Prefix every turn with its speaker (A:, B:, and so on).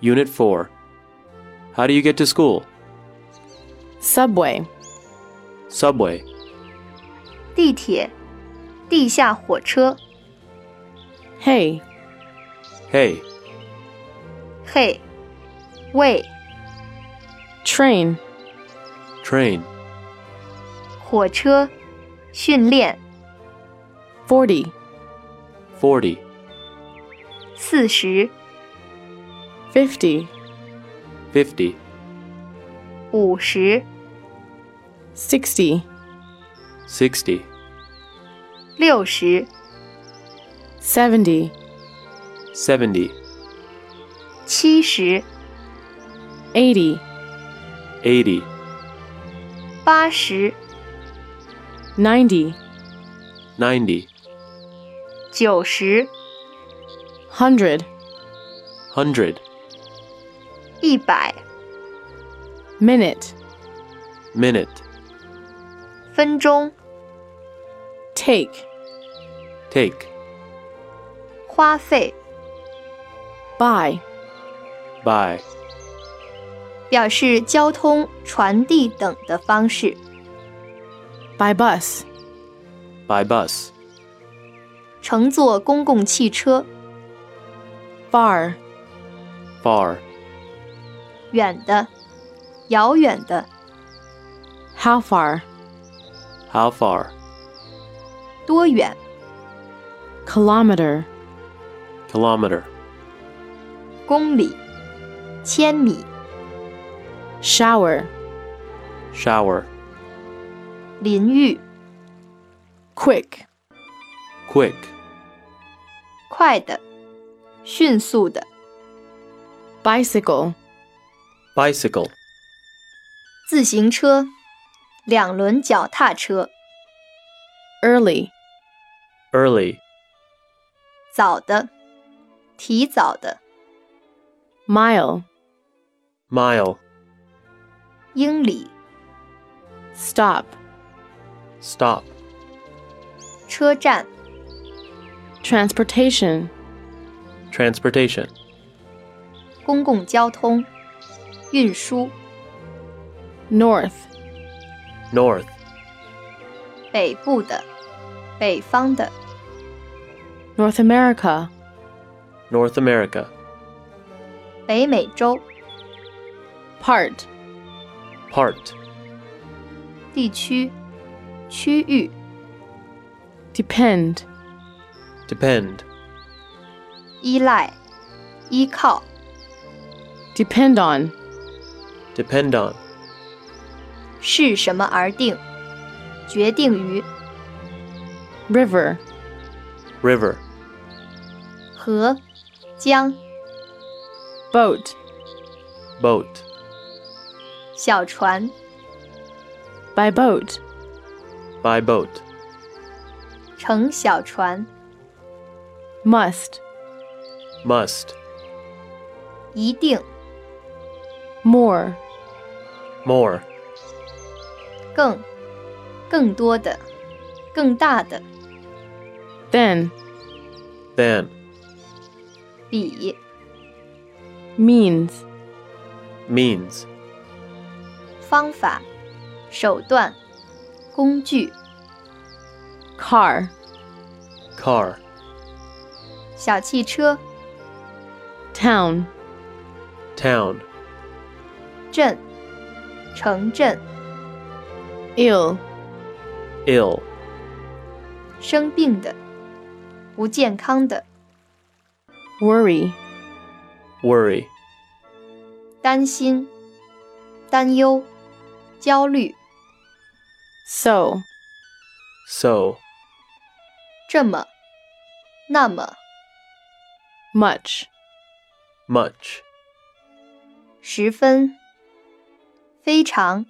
A: Unit 4. How do you get to school?
B: Subway.
A: Subway.
C: 地铁、地下火车。
B: Hey.
A: Hey.
C: Hey, way,
B: Train.
A: Train.
C: 火车，训练，
B: 40.
A: 40.
C: 四十
B: 50.
A: 50.
C: 五十
B: 60.
A: 60.
C: 六十
B: 70.
A: 70.
C: 七十
B: 80.
A: 80.
C: 八十
B: 90.
A: 90.
C: 九十
B: 100.
A: 100.
C: 一百
B: Minute.
A: Minute.
C: 分钟
B: Take.
A: Take.
C: 花费
B: Buy.
A: Buy.
C: 表示交通、传递等的方式。
B: By bus.
A: By bus.
C: 乘坐公共汽车，
B: Far.
A: Far.
C: 远的、遥远的、
B: How far?
A: How far?
C: 多远、
B: Kilometer.
A: Kilometer.
C: 公里、千米、
B: Shower.
A: Shower.
C: 淋浴、
B: Quick.
A: Quick.
C: 快的、迅速的、
B: Bicycle.
A: Bicycle.
C: 自行车、两轮脚踏车。
B: Early.
A: Early.
C: 早的，提早的，
B: Mile.
A: Mile.
C: 英里，
B: Stop.
A: Stop.
C: 车站，
B: Transportation.
A: Transportation.
C: 公共交通，运输，
B: North.
A: North.
C: 北部的，北方的，
B: North America.
A: North America.
C: 北美洲，
B: Part.
A: Part.
C: 地区，区域，
B: Depend.
A: Depend.
C: 依赖，依靠，
B: Depend on.
A: Depend on.
C: 是什么而定，决定于
B: River.
A: River.
C: 河、江、
B: Boat.
A: Boat.
C: 小船、
B: By boat.
A: By boat.
C: 乘小船、
B: Must.
A: Must.
C: 一定、
B: More.
A: More.
C: 更、更多的、更大的、
B: Then.
A: Than.
C: 比、
B: Means.
A: Means.
C: 方法、手段、工具。
B: Car.
A: Car.
C: 小汽车、
B: Town.
A: Town.
C: 镇、城镇、
B: Ill.
A: Ill.
C: 生病的、不健康的、
B: Worry.
A: Worry.
C: 担心、担忧、焦虑，
B: So.
A: So.
C: 这么、那么、
B: Much.
A: Much.
C: 十分、非常、